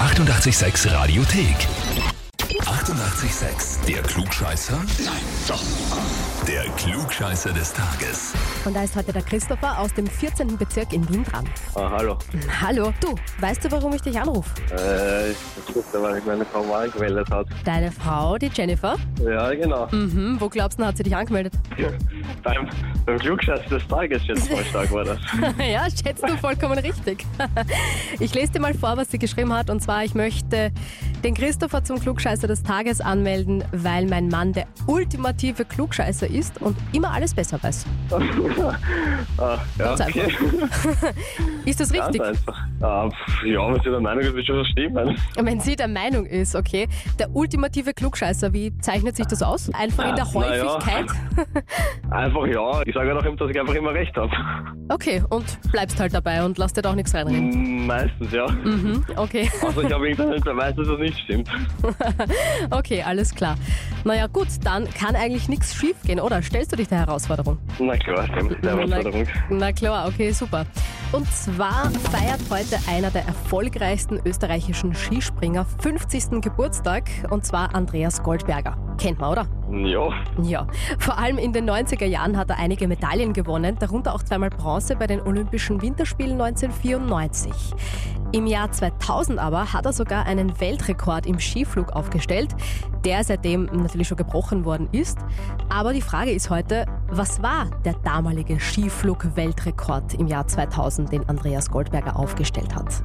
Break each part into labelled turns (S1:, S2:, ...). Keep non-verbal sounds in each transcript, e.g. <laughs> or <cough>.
S1: 886 Radiothek. 88,6. Der Klugscheißer? Nein, doch. Der Klugscheißer des Tages.
S2: Und da ist heute der Christopher aus dem 14. Bezirk in Wien dran.
S3: Ah, hallo.
S2: Hallo, du, weißt du, warum ich dich anrufe?
S3: Äh, ich wusste, weil ich meine Frau mal angemeldet hat.
S2: Deine Frau, die Jennifer.
S3: Ja, genau.
S2: Mhm, wo glaubst du, denn, hat sie dich angemeldet?
S3: Beim, beim Glücksschatz des Tages jetzt Vorschlag war das.
S2: <laughs> ja, schätzt du vollkommen richtig. <laughs> Ich lese dir mal vor, was sie geschrieben hat. Und zwar, ich möchte den Christopher zum Klugscheißer des Tages anmelden, weil mein Mann der ultimative Klugscheißer ist und immer alles besser weiß.
S3: ah, ja,
S2: Ganz einfach.
S3: okay.
S2: Ist das
S3: Ganz
S2: richtig?
S3: einfach. Ah, pff, ja, wenn sie der Meinung ist, wird schon verstehen.
S2: Wenn sie der Meinung ist, okay, der ultimative Klugscheißer, wie zeichnet sich das aus? Einfach in der
S3: Na ja.
S2: Häufigkeit?
S3: Einfach ja. Ich sage ja doch immer, dass ich einfach immer recht habe.
S2: Okay, und bleibst halt dabei und lass dir da auch nichts reinreden.
S3: Meistens, ja.
S2: Mhm, okay. <laughs>
S3: Also ich habe irgendeinen Beweis, dass das nicht stimmt.
S2: Okay, alles klar. Naja, gut, dann kann eigentlich nichts schiefgehen, oder? Stellst du dich der Herausforderung?
S3: Na klar, stimmt. Der Herausforderung.
S2: Na, na klar, okay, super. Und zwar feiert heute einer der erfolgreichsten österreichischen Skispringer 50. Geburtstag, und zwar Andreas Goldberger. Kennt man, oder?
S3: Ja,
S2: Ja, vor allem in den 90er Jahren hat er einige Medaillen gewonnen, darunter auch zweimal Bronze bei den Olympischen Winterspielen 1994. Im Jahr 2000 aber hat er sogar einen Weltrekord im Skiflug aufgestellt, der seitdem natürlich schon gebrochen worden ist. Aber die Frage ist heute, was war der damalige Skiflug-Weltrekord im Jahr 2000, den Andreas Goldberger aufgestellt hat?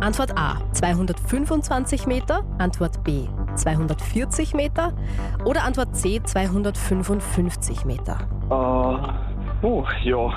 S2: Antwort A 225 Meter, Antwort B 240 Meter oder Antwort C 255 Meter.
S3: äh, puh, ja.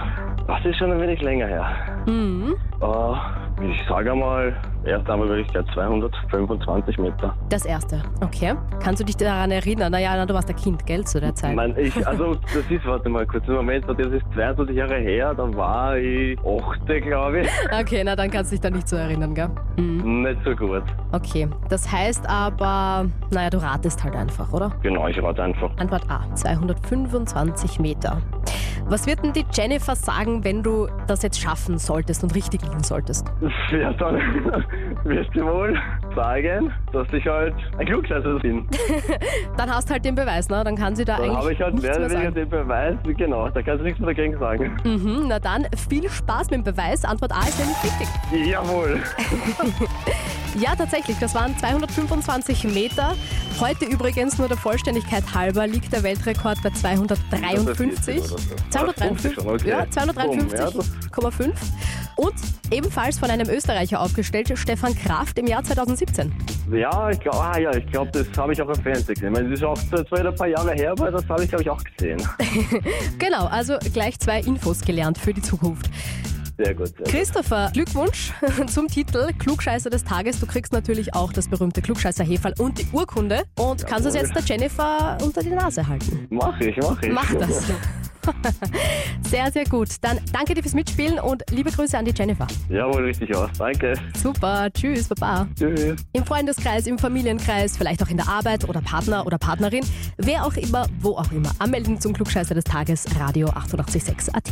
S3: Das ist schon ein wenig länger her.
S2: Mhm.
S3: Äh, ich sage einmal, erst einmal würde ich der 225 Meter.
S2: Das erste. Okay. Kannst du dich daran erinnern? Naja, na, du warst ein Kind, gell, zu der Zeit.
S3: Mein, ich, also das ist, warte mal kurz, im Moment, das ist 22 Jahre her, dann war ich 8, glaube ich.
S2: Okay, na dann kannst du dich da nicht so erinnern, gell? Mhm.
S3: Nicht so gut.
S2: Okay. Das heißt aber, naja, du ratest halt einfach, oder?
S3: Genau, ich rate einfach.
S2: Antwort A 225 Meter. Was wird denn die Jennifer sagen, wenn du das jetzt schaffen solltest und richtig liegen solltest?
S3: Ja, dann <laughs> wirst du wohl sagen, dass ich halt ein Klugscheißer
S2: <laughs>
S3: bin.
S2: Dann hast halt den Beweis, ne? Dann kann sie da
S3: Dann
S2: eigentlich
S3: habe ich halt
S2: nichts
S3: mehr oder
S2: mehr
S3: weniger
S2: sagen.
S3: den Beweis, genau, da kannst du nichts mehr dagegen sagen.
S2: Mhm, na dann, viel Spaß mit dem Beweis. Antwort A ist nämlich richtig.
S3: Jawohl.
S2: Ja, tatsächlich, das waren 225 Meter. Heute übrigens, nur der Vollständigkeit halber, liegt der Weltrekord bei 253.
S3: 253 schon, okay.
S2: Ja,
S3: Oh, mehr.
S2: 253,5. Und ebenfalls von einem Österreicher aufgestellt, Stefan Kraft im Jahr 2017.
S3: Ja, ich glaube, ah, ja, ich glaub, das habe ich auch im Fernsehen gesehen. Ich meine, das ist auch zwar zwar ein paar Jahre her, aber das habe ich, glaube ich, auch gesehen.
S2: Genau, also gleich zwei Infos gelernt für die Zukunft.
S3: Sehr gut. Sehr gut.
S2: Christopher, Glückwunsch <laughs> zum Titel Klugscheißer des Tages. Du kriegst natürlich auch das berühmte klugscheißer Heferl und die Urkunde und kannst es jetzt der Jennifer unter die Nase halten.
S3: Mach ich, mach ich.
S2: Mach
S3: <laughs>
S2: das. Sehr, sehr gut. Dann danke dir fürs Mitspielen und liebe Grüße an die Jennifer.
S3: Jawohl, richtig aus. Danke.
S2: Super, tschüss, baba.
S3: Tschüss.
S2: Im Freundeskreis, im Familienkreis, vielleicht auch in der Arbeit oder Partner oder Partnerin, wer auch immer, wo auch immer. Anmelden zum Klugscheißer des Tages, Radio 886 AT.